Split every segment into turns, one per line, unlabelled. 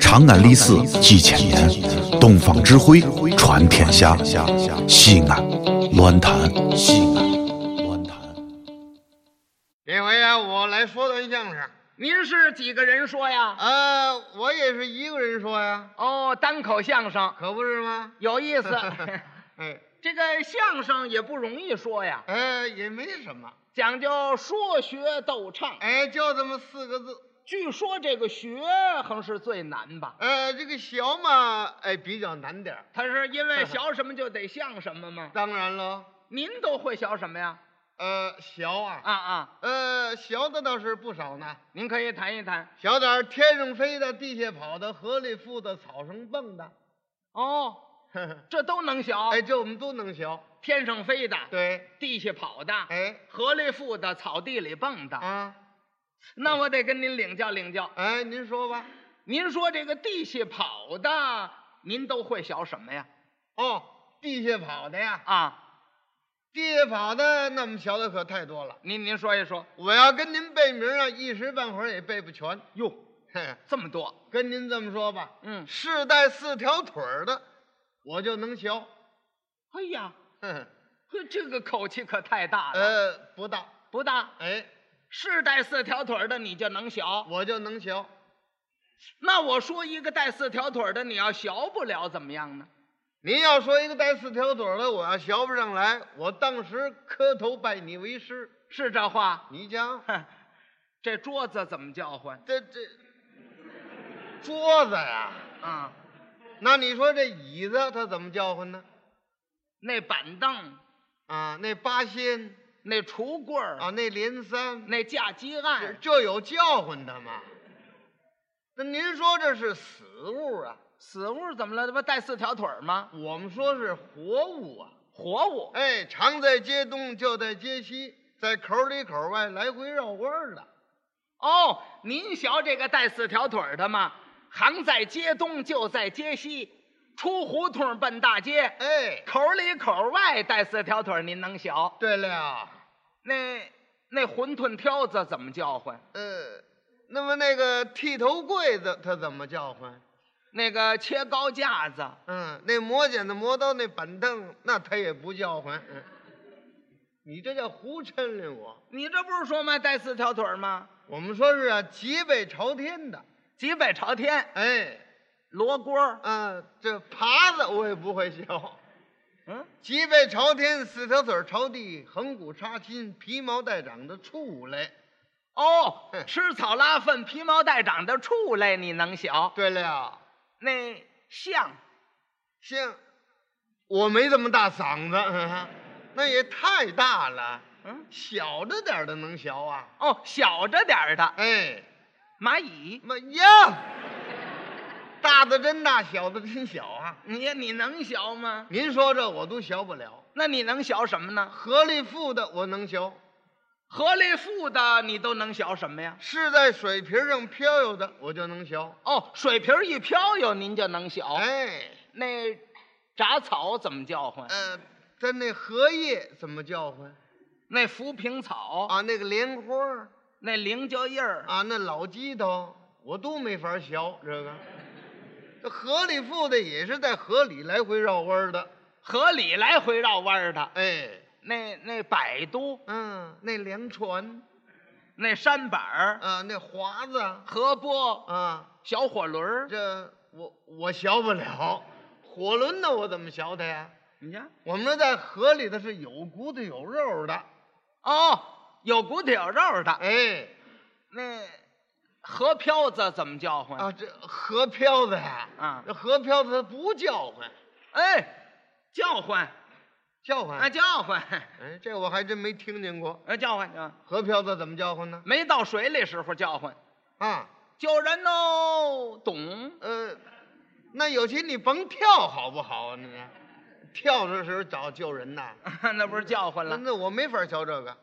长安历史几千年，东方智慧传天下。西安，乱谈西安，乱谈。
这回啊，我来说段相声。
您是几个人说呀？
呃，我也是一个人说呀，
哦，单口相声
可不是吗？
有意思。
哎，
这个相声也不容易说呀，
呃，也没什么，
讲究说学逗唱。
哎，就这么四个字。
据说这个学横是最难吧？
呃，这个学嘛，哎，比较难点儿
他是因为学什么就得像什么吗？
当然了，
您都会学什么呀？
呃，学啊，
啊啊，
呃，学的倒是不少呢，
您可以谈一谈。
学点儿天上飞的、地下跑的、河里浮的、草上蹦的，
哦，
呵呵
这都能学。
哎，这我们都能学。
天上飞的，
对，
地下跑的，
哎，
河里浮的，草地里蹦的。
啊，
那我得跟您领教领教。
哎，您说吧。
您说这个地下跑的，您都会学什么呀？
哦，地下跑的呀，
啊，
地下跑的，那我们学的可太多了。
您您说一说。
我要跟您背名啊，一时半会儿也背不全。
哟，
嘿，
这么多，
跟您这么说吧，
嗯
是带四条腿儿的，我就能学。
哎呀，
哼，
呵，这个口气可太大了。
呃，不大，
不大，
哎，
是带四条腿儿的你就能学。
我就能学。
那我说一个带四条腿儿的，你要学不了怎么样呢？
您要说一个带四条腿儿的，我要学不上来，我当时磕头拜你为师。
是这话？
你讲，
哼，这桌子怎么叫唤
这这桌子呀、
啊？
那你说这椅子它怎么叫唤呢？
那板凳，
啊，那八仙
那橱柜儿
啊，，那连三，
嗯那嫁鸡
这
案，
这有叫唤的吗？那您说这是死物啊？
死物怎么了？这不带四条腿儿吗？
我们说是活物啊。
活物。
哎，常在街东，就在街西，在口里口外来回绕弯儿的。
哦，您学这个带四条腿儿的吗？行在街东，就在街西，出胡同奔大街，
哎，
口里口外带四条腿儿，您能学？
对了，
那那馄饨挑子怎么叫唤？
呃，那么那个剃头柜子它怎么叫唤？
那个切糕架子，
嗯，那磨剪子、磨刀、那板凳，那它也不叫唤。嗯，你这叫胡抻令我。
你这不是说吗？带四条腿儿吗？
我们说是啊，脊背朝天的。
脊背朝天，
哎，
罗锅儿，
嗯、这耙子我也不会学。
嗯，
脊背朝天，四条腿儿朝地，横骨插心，皮毛带长的畜类。
哦
哼，
吃草拉粪、皮毛带长的畜类你能学？
对了呀，
那象，
像我没这么大嗓子， 嗯那也太大了，
嗯，
小着点儿的能学啊。
哦，小着点儿的
哎，
蚂蚁，
妈呀，大的真大，小的真小啊！
你你能学吗？
您说这我都学不了，
那你能学什么呢？
河里富的我能学，
河里富的你都能学什么呀？
是在水瓶上飘悠的我就能学。
哦，水瓶一飘悠，您就能学。
哎，
那铡草怎么叫唤？
呃，在那荷叶怎么叫唤
那浮萍草，
啊？那个莲花儿
那菱角叶儿，
啊，那老鸡头，我都没法学这个。这河里富的也是在河里来回绕弯儿的。
河里来回绕弯儿的。
哎，
那那摆渡，
嗯，那凉船
那舢板儿，
啊，那华子
河波，
啊，
小火轮儿。
这我我学不了，火轮呢我怎么学它呀？
你看，
我们说在河里它是有骨头有肉的，
哦，有骨头有肉的。
哎
那河漂子怎么叫唤？
啊这河漂子呀，
啊
这河漂子它不叫唤，
哎，叫唤
叫唤
啊，叫唤。
哎这我还真没听见过，
呃，叫唤啊，
河漂子怎么叫唤呢？
没到水里时候叫唤，
啊
救人哦，懂？
呃，那有些你甭跳好不好啊？你跳的时候找救人呐，
那不是叫唤
嗯那
了？
那我没法学这个，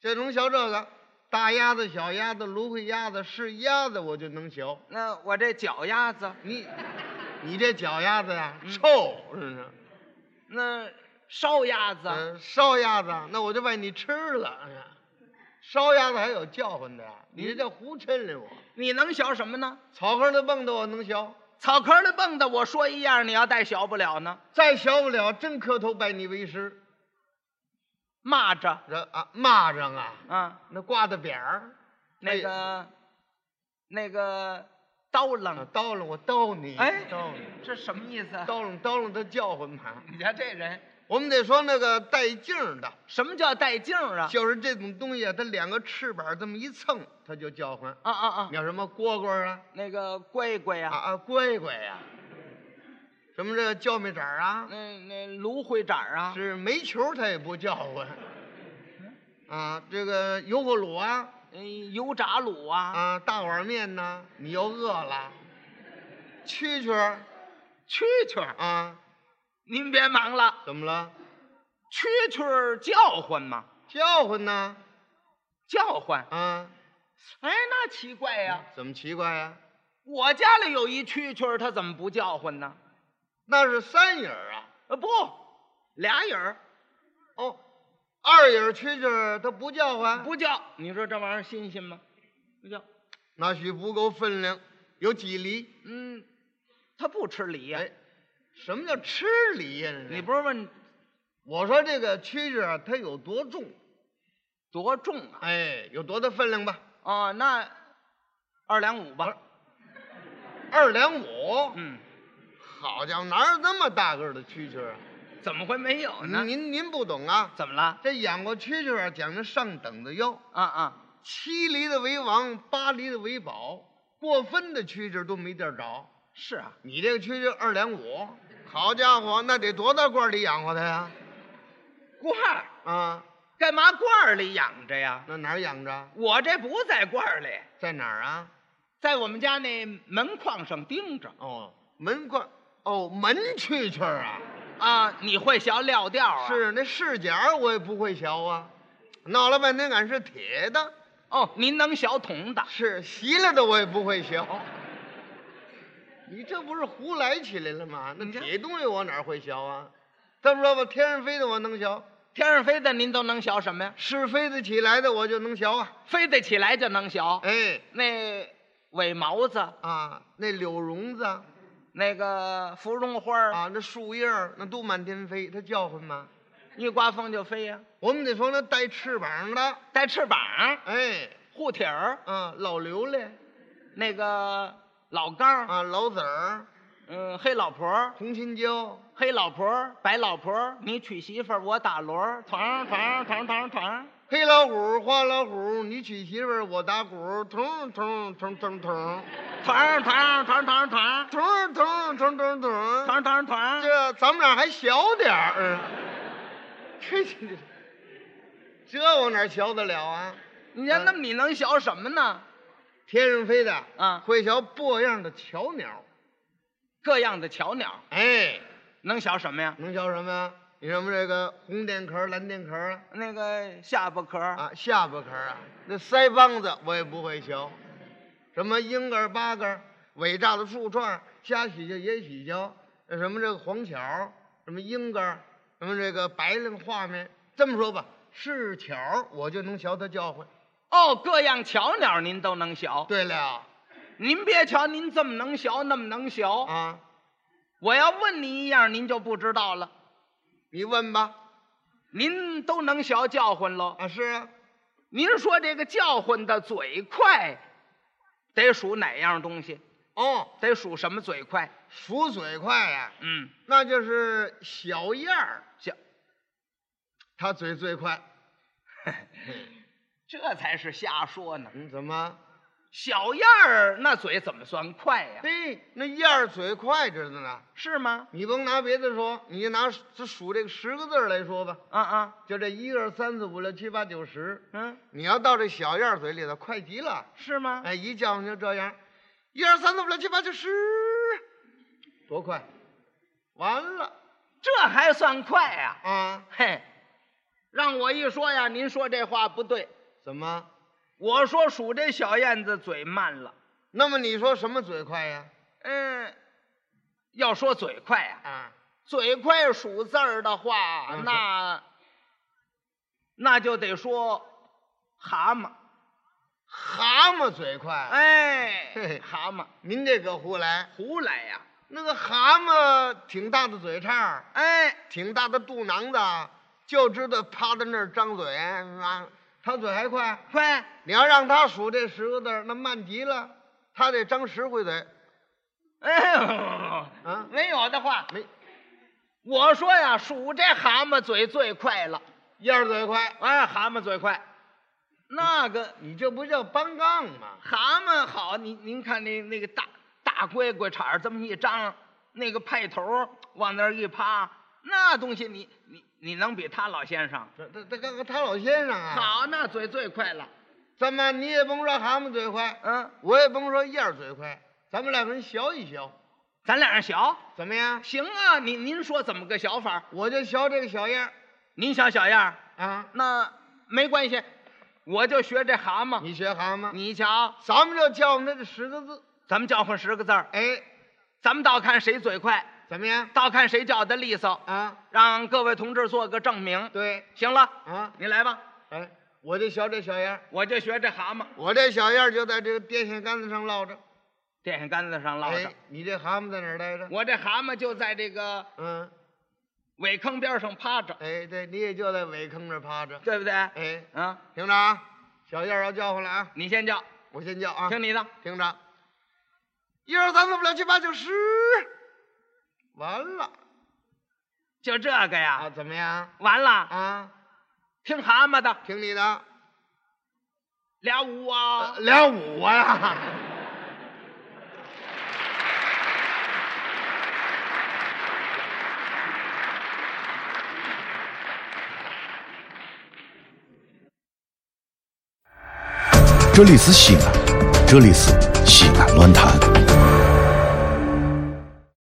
这能学这个。大鸭子、小鸭子、芦荟鸭子是鸭子，我就能学。
那我这脚丫子，
你，你这脚丫子呀、臭是不是？
那烧鸭子，
嗯，烧鸭子，那我就把你吃了。哎呀烧鸭子还有叫唤的呀？你这叫胡抻了我。
你能学什么呢？
草根的蹦的我能学，
草壳里蹦的，我说一样，你要再小不了呢。
再小不了，真磕头拜你为师。
蚂蚱
这啊，蚂蚱啊，
啊，
那挂的匾儿，
那个、
哎
那个刀楞，
叨嗯了我叨你，
哎
叨你，
这什么意思啊？
叨了叨了，他叫唤嘛。
你瞧这人，
我们得说那个带劲儿的，
什么叫带劲儿啊？
就是这种东西啊，它两个翅膀这么一蹭，它就叫唤。
啊啊啊！
你要什么蝈蝈啊，
那个乖乖
啊
呀、
啊，乖乖呀、什么这叫米盏儿啊，
那那芦荟盏儿啊，
是煤球它也不叫唤。啊，这个油葫芦啊，
嗯，油炸卤啊，
啊，大碗面呐，你又饿了，蛐蛐儿
蛐蛐儿。
啊，
您别忙了，
怎么了？
蛐蛐儿叫唤嘛，
叫唤呢？
叫唤。
啊，
哎，那奇怪呀、
怎么奇怪呀、
我家里有一蛐蛐儿，它怎么不叫唤呢？
那是三影儿啊，
呃，不，俩影儿
哦，二影儿蛐蛐儿它不叫唤，
不叫。你说这玩意儿新鲜吗？不叫。
那许不够分量，有几厘？
嗯，它不吃梨呀、
哎，什么叫吃梨呀、
你不是问
我说这个蛐蛐啊，它有多重？
多重啊？
哎，有多大分量吧？
哦，那二两五吧。
二两五。
嗯，
好家伙，哪有那么大个儿的蛐蛐啊？
怎么会没有呢？
您您不懂啊，
怎么了？
这养过蛐蛐啊，讲究上等的要，
啊啊，
七厘的为王，八厘的为宝，过分的蛐蛐都没地儿找。
是啊，
你这个蛐蛐二两五，好家伙，那得多大罐儿里养活它呀？
罐儿
啊，
干嘛罐儿里养着呀？
那哪儿养着？
我这不在罐儿里，
在哪儿啊？
在我们家那门框上钉着
哦，门关哦，门蛐蛐儿啊。
啊。你会学料调啊？
是那饰角儿我也不会削啊，闹了半天俺是铁的，
哦，您能学铜的？
是席了的我也不会削。你这不是胡来起来了吗？那
你这
铁东西我哪儿会削啊？这么说吧，天上飞的我能削，
天上飞的您都能学什么呀？
是飞得起来的我就能削啊。
飞得起来就能学。
哎
那尾毛子，
啊，那柳绒子啊，
那个芙蓉花儿，
那树叶儿那都满天飞，它叫唤吗？
一刮风就飞呀、
我们得说那带翅膀的，
带翅膀、
哎，
护体儿，
啊，老刘嘞，
那个老刚，
啊，老子儿，
嗯，黑老婆儿，
红心椒，
黑老婆儿，白老婆儿，你娶媳妇儿，我打锣儿，团团团团团。
黑老虎、花老虎，你娶媳妇儿我打鼓，咚咚咚咚咚，
团团团团团
咚咚咚咚咚。
团团团，
这咱们俩还小点儿，嗯，这这这我哪学得了啊？
你看那么你能学什么呢？
天上飞的
啊
会学波样的巧鸟，
各样的巧鸟
哎，
能学什么呀？
能学什么呀？你什么这个红电壳、蓝电壳啊？
那个下巴壳儿，
啊，下巴壳啊，那腮帮子我也不会削，什么鹰儿、八哥儿、伟大的树杈儿，瞎喜鹊、野喜鹊，那什么这个黄巧儿，什么鹰哥儿，什么这个白楞画面。这么说吧，是巧儿我就能学它叫唤。
哦，各样巧鸟您都能学。
对了
您别瞧您这么能学，那么能学，
啊，
我要问您一样，您就不知道了。
你问吧。
您都能学叫唤喽？
啊，是啊，
您说这个叫唤的嘴快，得数哪样东西？
哦，
得数什么嘴快？
数嘴快呀、
嗯，
那就是小燕儿，
小，
它嘴最快。
这才是瞎说呢。
嗯，怎么？
小燕儿那嘴怎么算快呀？
嘿，那燕儿嘴快着呢。
是吗？
你甭拿别的说，你就拿这数这个十个字儿来说吧，
啊啊，
就这一二三四五六七八九十，
嗯，
你要到这小燕儿嘴里头，快极了。
是吗？
哎，一叫唤就这样，一二三四五六七八九十，多快！完了
这还算快呀、
啊？
嘿，让我一说呀，您说这话不对。
怎么？
我说数这小燕子嘴慢了。
那么你说什么嘴快呀？
嗯，要说嘴快呀、
啊，
嘴快数字儿的话，
嗯
那那就得说蛤蟆。
蛤蟆嘴快。，
哎
嘿，
蛤蟆
您这个胡来，
胡来呀、
那个蛤蟆挺大的嘴叉，
哎，
挺大的肚囊子，就知道趴在那儿张嘴啊，他嘴还快。
快，
你要让他数这十个字儿，那慢极了，他得张十回嘴。
哎呦，
啊
没有的话，
没，
我说呀，数这蛤蟆嘴最快了，
燕儿嘴快，
哎，蛤蟆嘴快，那个
你这不叫搬杠吗？
蛤蟆好，您您看那那个大大龟龟铲儿这么一张，那个派头儿往那儿一趴，那东西你你你能比他老先生
这这这个他老先生啊，，
好？那嘴最快了，
咱们你也甭说蛤蟆嘴快，
嗯，
我也甭说燕儿嘴快，咱们两个人学一学，
咱俩人学
怎么样？
行啊？您您说怎么个学法儿？
我就学这个小样儿
您想小样儿，
啊，
那没关系，我就学这蛤蟆。
你学蛤蟆，
你瞧，
咱们就叫他这十个字，
咱们叫唤十个字儿，
哎，
咱们倒看谁嘴快，
怎么样？
倒看谁叫的利索，
啊，
让各位同志做个证明。
对，
行了，
啊，
您来吧，
哎，我就学这小样儿
我就学这蛤蟆。
我这小样儿就在这个电线杆子上落着，
电线杆子上落着。
哎，你这蛤蟆在哪儿待着？
我这蛤蟆就在这个
嗯，
苇坑边上趴着，
哎，对，你也就在苇坑那儿趴着，
对不对？
哎，
啊，
听着啊，小燕儿要叫回来啊，
你先叫，
我先叫啊，
听你的。
听着，一二三四五六七八九十，完了
就这个
啊，
呀，
怎么样
完了，
啊？
听蛤蟆的
听你的，
俩五啊
呃，俩五啊，
这里是西安，这里是西安乱坛。